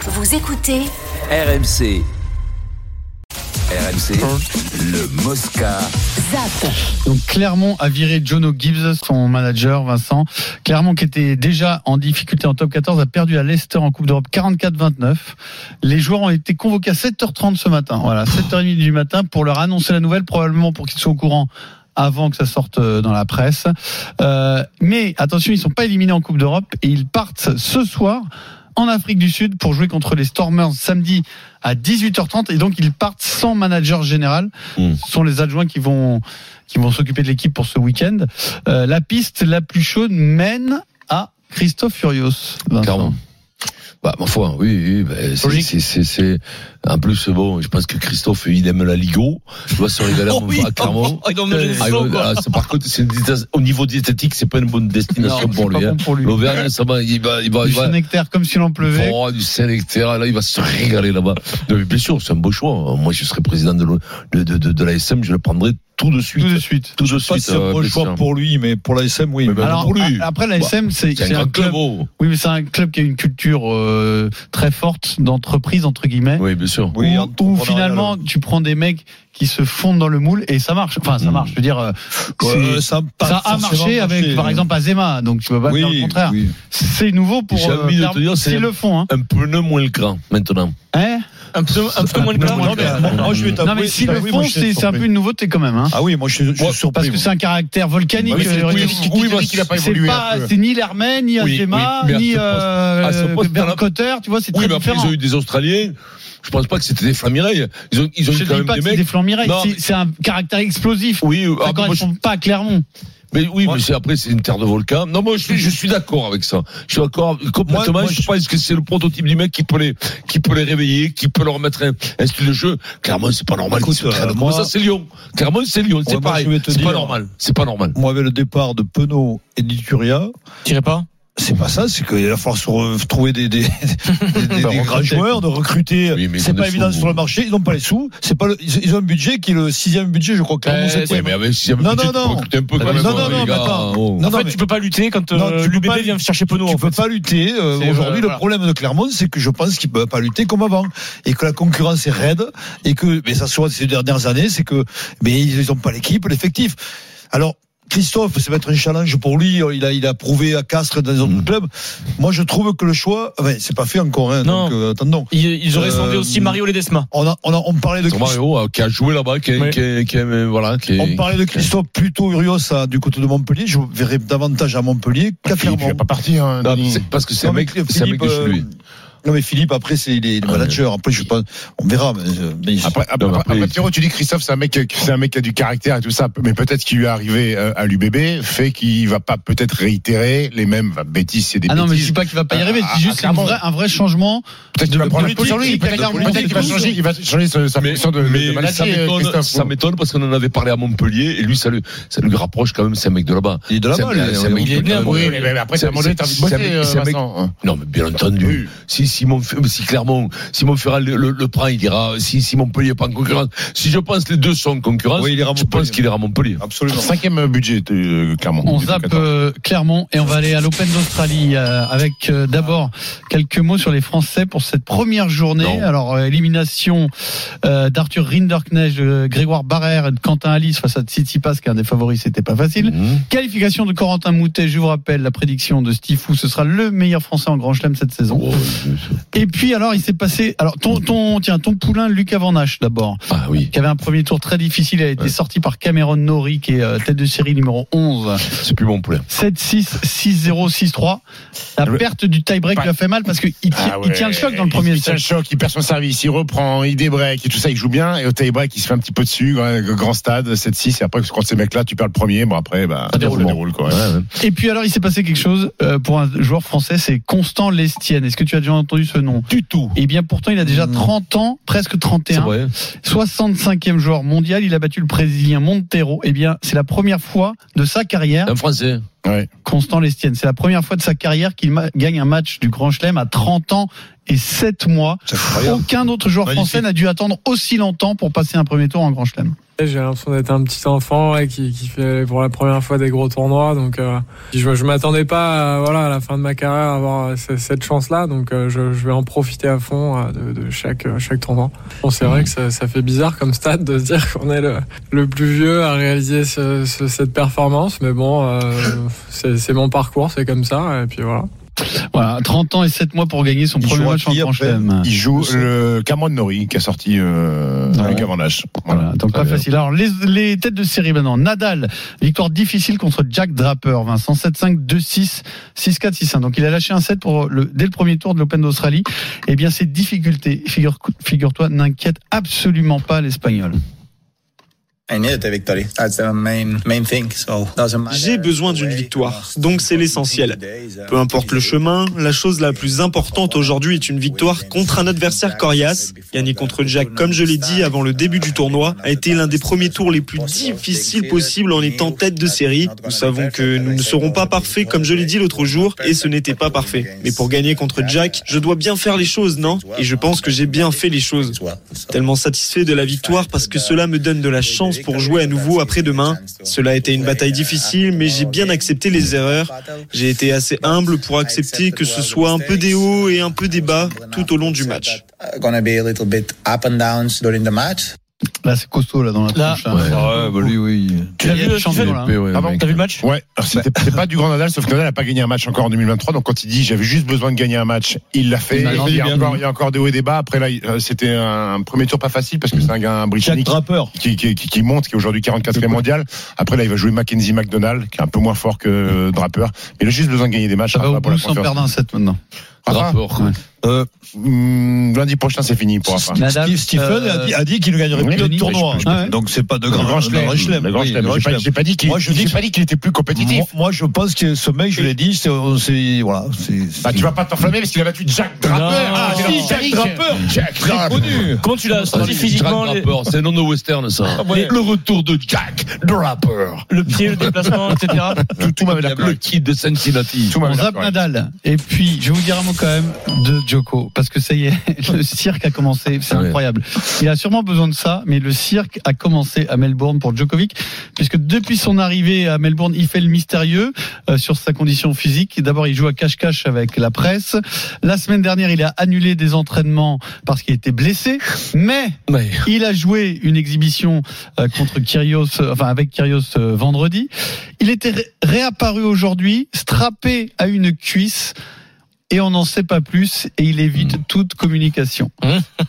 Vous écoutez RMC. RMC, le Mosca. ZAP. Donc Clermont a viré Jono Gibbs, son manager Vincent. Clermont qui était déjà en difficulté en top 14 a perdu à Leicester en Coupe d'Europe 44-29. Les joueurs ont été convoqués à 7h30 ce matin. Voilà, 7h30 du matin pour leur annoncer la nouvelle, probablement pour qu'ils soient au courant avant que ça sorte euh, dans la presse. Euh, mais attention, ils sont pas éliminés en Coupe d'Europe et ils partent ce soir en Afrique du Sud pour jouer contre les Stormers samedi à 18h30 et donc ils partent sans manager général. Mm. Ce sont les adjoints qui vont qui vont s'occuper de l'équipe pour ce week-end. Euh, la piste la plus chaude mène à Christophe Furios. Vincent. Clairement. Bah, ma foi, oui, oui, bah, c'est- Logique. c'est, c'est, c'est, en plus, bon, je pense que Christophe, il aime la Ligo. Je vois sur les galères, on va à Clermont. Ah, il va- ah, c'est- par contre, c'est une dita- au niveau diététique, c'est pas une bonne Non, destination c'est pour pas lui, hein. bon pour lui. L'Auvergne, ça va, il va, il va, Du il va, Saint-Nectaire comme s'il en il pleuvait. fera du Saint-Nectaire, là, il va se régaler là-bas. Non, mais bien sûr, c'est un beau choix. Moi, je serais président de, l'O- de, de, de, de l'ASM, je le prendrais tout de suite. Tout de suite. Tout de Pas suite. si un euh, bon bien choix sûr. pour lui, mais pour la SM, oui. Mais ben, Alors pour lui. a- après la SM, c'est C'est c'est un grand club. oh. Oui, mais c'est un club qui a une culture euh, très forte d'entreprise entre guillemets. Oui, bien sûr. Oui, Ou- ou, entrepreneurial. finalement tu prends des mecs qui se fondent dans le moule et ça marche. Enfin, ça Mm. marche. Je veux dire, euh, Euh, c'est- ça, a pas ça a forcément marché avec, par mais- exemple, Azema. Donc tu peux pas oui, dire le contraire. oui. C'est nouveau pour. J'ai euh, envie de te Clermont. dire, c'est- S'ils le font, hein. Un pneu moins le grand, maintenant. Hein Un peu, un peu moins de Non, clair. mais moi, moi, je vais non, t'avouer. mais s'ils bah le oui, font, moi, je suis c'est c'est un peu surpris. une nouveauté quand même. Hein. Ah oui, moi je, je suis surpris. Parce que c'est un caractère volcanique. Bah oui, c'est- euh, oui, Ryan oui, Kiki- oui, Kiki- parce qu'il a pas c'est évolué un pas- peu. c'est ni l'Armène, ni Oui, Azema, oui, mais à ni ce poste- à ce euh, poste- Bernard Cotter. Tu vois, c'est Oui, très mais après, différent. ils ont eu des Australiens. Je pense pas que c'était des Flamireilles. Ils ont, ils ont Je eu quand dis même pas des que c'est mecs. des flancs Mireille. Non, C'est- mais- C'est un caractère explosif. Oui, ah, Ça moi, je- correspond pas à Clermont. mais oui, Moi- mais c'est après c'est une terre de volcan. Non, moi je suis, je suis d'accord avec ça. Je suis d'accord complètement. Moi- moi, je je- pense que c'est le prototype du mec qui peut les, qui peut les réveiller, qui peut leur mettre un, un style de jeu. Clairement, c'est pas normal. qu'ils Écoute, se prennent. euh, Comment moi- ça, c'est Lyon. Clairement, c'est Lyon. C'est Ouais, moi, pareil. je vais te C'est pas dire- normal. C'est pas normal. Moi, avec le départ de Penaud et d'Ituria, Tirez pas. c'est pas ça, c'est qu'il va falloir se re- trouver des, des, des- des- des grands joueurs, de recruter. Oui, mais ils ont c'est pas des évident sous. sur le marché, ils n'ont pas les sous. C'est pas le- ils ils ont un budget qui est le sixième budget, je crois. Clairement, Euh, septième. Ouais, mais avec si j'avais Non, budget, non, tu peux non. recruter un peu quand Non, même, non, hein, non, les mais gars. attends. Oh. Non, en fait, mais- tu peux pas lutter quand Non, euh, tu peux l'UBB pas- vient chercher Penaud. hein. Tu en peux fait. pas lutter. euh, C'est, euh, Aujourd'hui, le voilà. problème de Clermont, c'est que je pense qu'ils ne peuvent pas lutter comme avant et que la concurrence est raide et que, mais ça se voit ces dernières années, c'est que, mais ils n'ont pas l'équipe, l'effectif. Alors. Christophe, c'est mettre un challenge pour lui. euh, Il a, il a prouvé à Castres dans un autre club. Moi, je trouve que le choix, enfin, c'est pas fait encore. Hein, Non. Donc, euh, attendons. Ils, ils auraient sondé Euh, aussi Mario Ledesma. On, a- on, a- on parlait de Sur Mario euh, qui a joué là-bas, qui, est- Oui. qui, est- qui est- voilà, qui est- On parlait de Christophe plutôt Urios à- du côté de Montpellier. Je verrais davantage à Montpellier Ah, qu'à Clermont. partir. hein, Non, Denis. c'est- parce que c'est un Non, mais mec, c'est un mec de chez euh, lui. Non mais Philippe, après c'est il est le Ah, manager. Après je sais pas, on verra. Mais, euh, mais il- Après, après, Non, mais après, après, Pierrot, tu dis que Christophe, c'est un mec, c'est un mec qui a du caractère et tout ça, mais peut-être qu'il lui est arrivé euh, à l'UBB, fait qu'il va pas peut-être réitérer les mêmes bah, bêtises, c'est des Ah non, mais je dis bêtises. pas qu'il va pas y Euh, arriver. Je ah, dis juste clairement. une vraie- un vrai changement. Peut-être qu'il va de prendre la politique, position, lui, de peut-être politique, peut-être qu'il va de changer, politique. il va changer sa sa Mais, position de, mais- Euh, de mais ça manager, m'étonne, Christophe. ça m'étonne parce qu'on en avait parlé à Montpellier et lui ça lui, ça lui rapproche quand même, c'est un mec de là-bas. Il est de C'est là-bas. un- lui. c'est un mec il est de né à là-bas. Oui, mais mais après, C'est- t'as demandé, t'as envie de c'est- bosser, c'est un euh, mec- Vincent. Non, mais bien entendu. Si Simon, si Clermont, Simon Ferrand le, le, le prend, il dira si, si Montpellier est pas en concurrence. Si je pense les deux sont en concurrence, Oui, il ira à je pense Montpellier. qu'il ira à Montpellier. Ah, Absolument. Cinquième budget, euh, clairement. On du top zappe 14. euh, Clermont et on va aller à l'Open d'Australie euh, avec euh, d'abord quelques mots sur les Français pour cette première journée. Non. Alors euh, élimination euh, d'Arthur Rinderknecht, de Grégoire Barrère et de Quentin Alice face à Tsitsipas qui est un des favoris, c'était pas facile. Mhm. Qualification de Corentin Moutet, je vous rappelle la prédiction de Stifou, ce sera le meilleur Français en Grand Chelem cette saison. Oh, Et puis alors il s'est passé, alors ton ton tiens ton poulain Lucas Van Hache d'abord ah oui, qui avait un premier tour très difficile. Elle a été Ouais. sortie par Cameron Norrie, qui est euh, tête de série numéro 11. c'est plus mon poulet. 7-6, 6-0, 6-3. La Le- perte du tie-break Pas- lui a fait mal parce qu'il tient, Ah ouais. il tient le choc dans le Il- premier Il tient set. le choc, il perd son service, il reprend, il débreak et tout ça, il joue bien. Et au tie-break, il se fait un petit peu dessus, ouais, grand stade, 7-6. Et après, contre ces mecs-là, tu perds le premier. Bon, après, bah, Ça déroule. quoi. Ouais, ouais. Et puis alors, il s'est passé quelque chose euh, pour un joueur français, c'est Constant Lestienne. Est-ce que tu as déjà entendu ce nom Du tout. Eh bien, pourtant, il a déjà Non. 30 ans, presque C'est 31. vrai. hein. 65e joueur mondial. Il a battu le Brésilien Montero. Eh bien, c'est la première fois de sa carrière, Un français. Ouais. Constant Lestienne, c'est la première fois de sa carrière qu'il ma- gagne un match du Grand Chelem à 30 ans et 7 mois. C'est incroyable. Aucun autre joueur Magnifique. français n'a dû attendre aussi longtemps pour passer un premier tour en Grand Chelem. J'ai l'impression d'être un petit enfant ouais, qui, qui fait pour la première fois des gros tournois. Donc, euh, je je m'attendais pas euh, voilà, à la fin de ma carrière à avoir euh, ce- cette chance-là. Donc, euh, je, je vais en profiter à fond euh, de, de chaque, euh, chaque tournoi. Bon, c'est vrai que ça, ça fait bizarre comme stade de se dire qu'on est le, le plus vieux à réaliser ce- ce- cette performance. Mais bon, euh, c'est c'est mon parcours, c'est comme ça. Et puis voilà. Voilà, 30 ans et 7 mois pour gagner son Il premier joue à match en qui Grand après Chelem. Il joue le Cameron Nori qui a sorti euh, Ah Ouais. avec Avanage. Voilà, donc pas facile. Alors les, les têtes de série maintenant. Nadal, victoire difficile contre Jack Draper, Vincent 7-5, 2-6, 6-4, 6-1. Donc il a lâché un set pour le, dès le premier tour de l'Open d'Australie. Eh bien ces difficultés, figure- figure-toi, n'inquiètent absolument pas l'Espagnol. I need a victory. That's the main main thing. So doesn't matter. J'ai besoin d'une victoire, donc c'est l'essentiel. Peu importe le chemin, la chose la plus importante aujourd'hui est une victoire contre un adversaire coriace. Gagner contre Jack, comme je l'ai dit avant le début du tournoi, a été l'un des premiers tours les plus difficiles possibles en étant tête de série. Nous savons que nous ne serons pas parfaits, comme je l'ai dit l'autre jour, et ce n'était pas parfait. Mais pour gagner contre Jack, je dois bien faire les choses, non Et je pense que j'ai bien fait les choses. Tellement satisfait de la victoire parce que cela me donne de la chance pour jouer à nouveau après-demain. Cela a été une bataille difficile, mais j'ai bien accepté les erreurs. J'ai été assez humble pour accepter que ce soit un peu des hauts et un peu des bas tout au long du match. Gonna be a little bit up and downs during the match. Là c'est costaud là dans la Là. tronche. hein. Ah, bah euh, lui, oui. Tu l'as vu, le champion, là, hein. Ah bon, T'as vu le match Ouais, alors c'était Bah. c'est pas du grand Nadal, sauf que Nadal n'a pas gagné un match encore en 2023. Donc quand il dit j'avais juste besoin de gagner un match, il l'a fait. Il a Il y, a bien. encore, il y a encore des hauts et des bas. Après là, il- euh, c'était un, un premier tour pas facile parce que c'est un gars un Jack britannique Draper. qui, qui, qui, qui monte, qui est aujourd'hui 44e mondial. Après là, il va jouer Mackenzie McDonald, qui est un peu moins fort que euh, Draper. Mais il a juste besoin de gagner des matchs. hein, Ça va Rafa, Ah, au bout sans confiance. perdre un set maintenant. Rafa, euh, hum, lundi prochain, c'est fini pour Rafa. Nadal, Steve- Stephen euh, a dit, a dit qu'il ne gagnerait oui, plus Denis, de tournoi. je- je- Ah ouais. Donc c'est pas de Le grand, grand de grand chelem. chelem. Le grand Oui, chelem. le grand J'ai pas- chelem. J'ai pas dit qu'il Moi, je dis- j'ai pas dit qu'il était plus compétitif. Moi, moi, je pense que ce mec, je l'ai dit, c'est, on s'est- voilà, c'est, Bah, tu vas pas t'enflammer parce qu'il a battu Jack Draper. Non. Ah, Si, non. Jack Draper. Jack c'est Draper. connu. Comment tu Ah, l'as senti physiquement les- C'est un nom de western, ça. ouais. Le retour de Jack Draper. Le pied, le déplacement, etc. Tout, tout m'avait d'accord. Le kid de Cincinnati. Tout On m'avait zappe d'accord. Nadal. Et puis, je vais vous dire un mot quand même de Djoko. Parce que ça y est, le cirque a commencé. C'est Ouais. incroyable. Il a sûrement besoin de ça, mais le cirque a commencé à Melbourne pour Djokovic. Puisque depuis son arrivée à Melbourne, il fait le mystérieux euh, sur sa condition physique. D'abord, il joue à cache-cache avec la presse. La semaine dernière, il a annulé des entraînements parce qu'il était blessé. Mais Ouais. il a joué une exhibition euh, contre Kyrgios, euh, enfin avec Kyrgios euh, vendredi. Il était ré- réapparu aujourd'hui, strappé à une cuisse. Et on n'en sait pas plus, et il évite toute communication.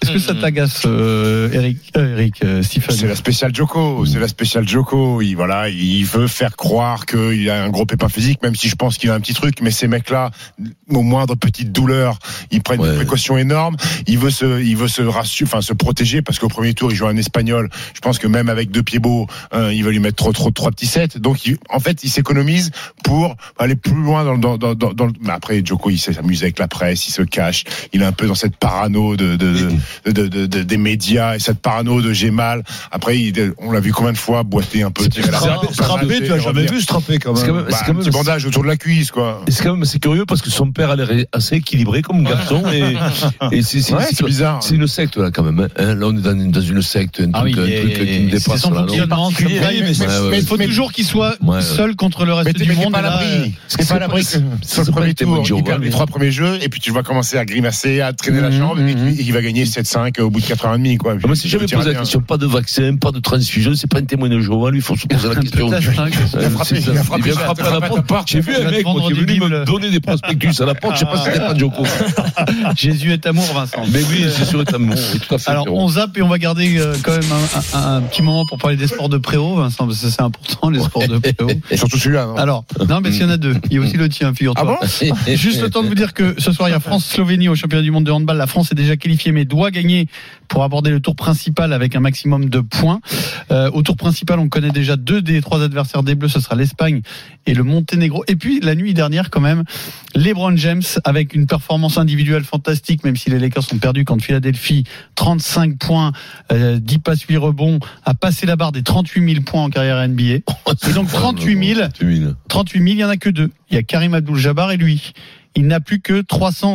Est-ce que ça t'agace, euh, Eric, euh, Eric euh, Stephen C'est la spéciale Joko, c'est la spéciale Joko. Il voilà, il veut faire croire qu'il a un gros pépin physique, même si je pense qu'il a un petit truc. Mais ces mecs-là, au moindre petite douleur, ils prennent Ouais. des précautions énormes. Il veut se, il veut se rassurer, enfin se protéger parce qu'au premier tour, il joue un Espagnol. Je pense que même avec deux pieds beaux, euh, il va lui mettre trop, trop, trois petits sets. Donc, il- en fait, il s'économise pour aller plus loin dans, le- dans, dans, dans, dans le- Mais après, Joko, il s'amuse avec la presse, il se cache. Il est un peu dans cette parano de, de, de- de, de- de- des médias et cette parano de j'ai mal. Après, il- on l'a vu combien de fois boiter un peu, tirer la Strappé, barre, strappé, tu as et jamais revenir. vu strappé quand C'est même. quand même- Bah, c'est quand un même- petit bandage autour de la cuisse, quoi. Et c'est quand même assez curieux parce que son père a l'air assez équilibré comme garçon et, et c'est c'est- Ouais, c'est- c'est bizarre. c'est une secte là quand même. hein. Là on est dans une, dans une secte, un truc, Ah oui, un et- truc qui nous c'est dépasse. son là, non fonctionnement, c'est comme ça. particulier, mais c'est- Ouais, ouais. Il faut toujours qu'il soit Ouais. seul contre le reste Mais t'es du mais t'es monde. pas à et là, euh, l'abri. c'est C'est pas à pas- l'abri. que- Sur c'est le pas premier été mon tour, il Giovanni. perd les trois premiers jeux, et puis tu vas commencer à grimacer, à traîner la Mhm, jambe, et mhm. puis il va gagner 7-5 au bout de 4 ans et demi, quoi. Ah, moi, c'est jamais Tu verras posé la bien. question. Pas de vaccin, pas de transfusion, c'est pas un témoin de Jéhovah. Lui, il faut se poser la question. peut-être, hein, que- Il a frappé, C'est ça. il a frappé vient ça, frapper ça à la frappe à ta porte. porte. J'ai vu Il va un te mec moi, vendre qui est des venu bibles. me donner des prospectus à la porte. Je sais pas si c'était pas Djoko. Jésus est amour, Vincent. Mais oui, c'est sûr, c'est un mot. Oui, tout à fait. Alors Pierrot. on zappe et on va garder euh, quand même un, un- un petit moment pour parler des sports de préau, Vincent, parce que c'est important les sports de préau. Surtout celui-là, hein. non? Alors, non, mais il y en a deux. Il y a aussi le tien, figure-toi. Ah bon Juste le temps de vous dire que ce soir, il y a France-Slovénie au championnat du monde de handball. La France est déjà qualifiée, mais doit gagner pour aborder le tour principal avec un maximum de points. Euh, au tour principal, on connaît déjà deux des trois adversaires des Bleus. Ce sera l'Espagne et le Monténégro. Et puis, la nuit dernière, quand même, LeBron James avec une performance individuelle fantastique, même si les Lakers sont perdus contre Philadelphie. 35 points, euh, 10 passes, 8 rebonds, a passé la barre des 38 000 points en carrière Oh, NBA. Et donc, 38 000 38 000. 38 000, il n'y en a que deux. Il y a Karim Abdul-Jabbar et lui. Il n'a plus que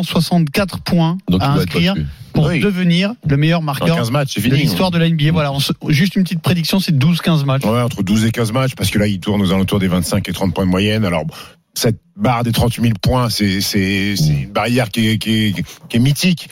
364 points Donc, il à doit être inscrire battu. pour Oui. devenir le meilleur Dans marqueur 15 matchs, c'est de fini. l'histoire de la NBA. Voilà, on se- juste une petite prédiction, c'est 12-15 matchs. hein. Ouais, entre 12 et 15 matchs, parce que là, il tourne aux alentours des 25 et 30 points de moyenne. Alors, cette barre des 38 000 points, c'est c'est- c'est une barrière qui est, qui est- qui est mythique.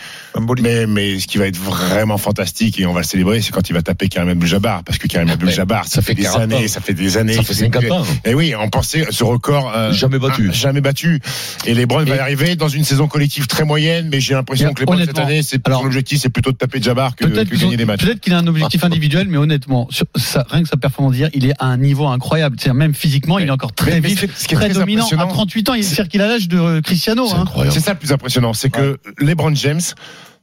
Mais, mais ce qui va être vraiment fantastique, et on va le célébrer, c'est quand il va taper Karim Abdul-Jabbar. Parce que Karim Abdul-Jabbar, ça, ça fait fait des 40 années, ans. ça fait des années. Ça fait 50 ans. Et Eh oui, on pensait ce record... euh, Jamais battu. un- jamais battu. Et les Browns va y Et- arriver dans une saison collective très moyenne, mais j'ai l'impression Et que les Browns cette honnêtement, année, c'est alors- l'objectif, c'est plutôt de taper Jabbar que, Peut-être que qu'ils ont- gagner des matchs. Ah. peut-être qu'il a un objectif individuel, mais honnêtement, sur- ça- rien que sa performance d'hier, il est à un niveau incroyable. C'est-à-dire même physiquement, il est encore très Mais- mais vif, c'est- ce qui est très très dominant. À impressionnant, 38 ans, il c'est-à-dire qu'il a l'âge de euh, Cristiano. C'est hein. incroyable. C'est ça le plus impressionnant, c'est que LeBron James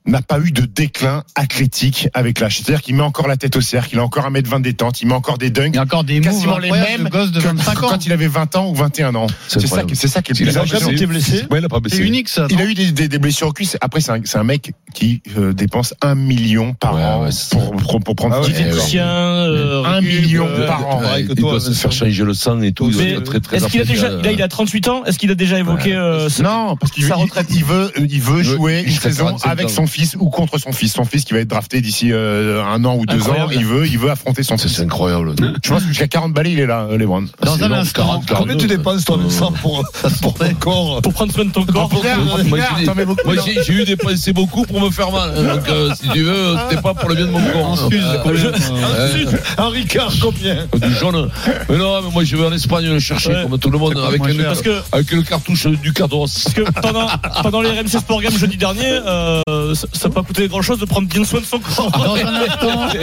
n'a pas eu de déclin athlétique avec l'âge. C'est-à-dire qu'il met encore la tête au cercle, il a encore 1m20 détente, il met encore des dunks Il y a encore des moves quasiment les incroyables mêmes de gosses de que 25 ans. quand il avait 20 ans ou 21 ans. C'est C'est ça, incroyable. qui- c'est ça qui est le Il plus a jamais impressionnant. été blessé. Ouais, il a pas C'est blessé. unique ça. Il non a eu des, des- des blessures au cuisse. Après, c'est un, c'est un mec qui euh, dépense un million par Ouais, an ouais, c'est pour, pour, pour prendre Ah ouais. Didier Eh ouais. Coussin. euh, Un Un million par an. Ouais, pareil il que toi, doit se bien faire sûr. changer le sang et tout. Il doit Mais être très, très Est-ce qu'il a apprécié, déjà, euh, là il a 38 ans, est-ce qu'il a déjà évoqué euh, ce- Non, parce qu'il veut, sa retraite. il veut, il veut Il veut- jouer une jusqu'à saison 47 avec ans. son fils ou contre son fils. Son fils qui va être drafté d'ici euh, un an ou deux Incroyable. ans. Il veut, il veut affronter son c'est- fils. C'est incroyable. Je pense que jusqu'à 40 balais, il est là, euh, Lebron. Dans C'est un énorme, instant, 40, Combien 42, tu dépenses, toi, euh, Vincent, pour, pour ton corps pour prendre soin de ton Ah, corps Regarde, Moi, regarde, j'ai- t'en mets beaucoup, moi, non j'ai j'ai eu dépensé beaucoup pour me faire mal. Donc, euh, si tu veux, c'était pas pour le bien de mon corps. Euh, euh, Un Ricard, combien Oh, du jaune. Mais non, mais moi je vais en Espagne le chercher Ouais. comme tout le monde avec, une- Parce que avec le cartouche du Cardos. Parce que pendant, pendant les RMC Sport Game jeudi dernier, euh, ça n'a pas coûté grand chose de prendre bien soin de son corps. Dans un instant,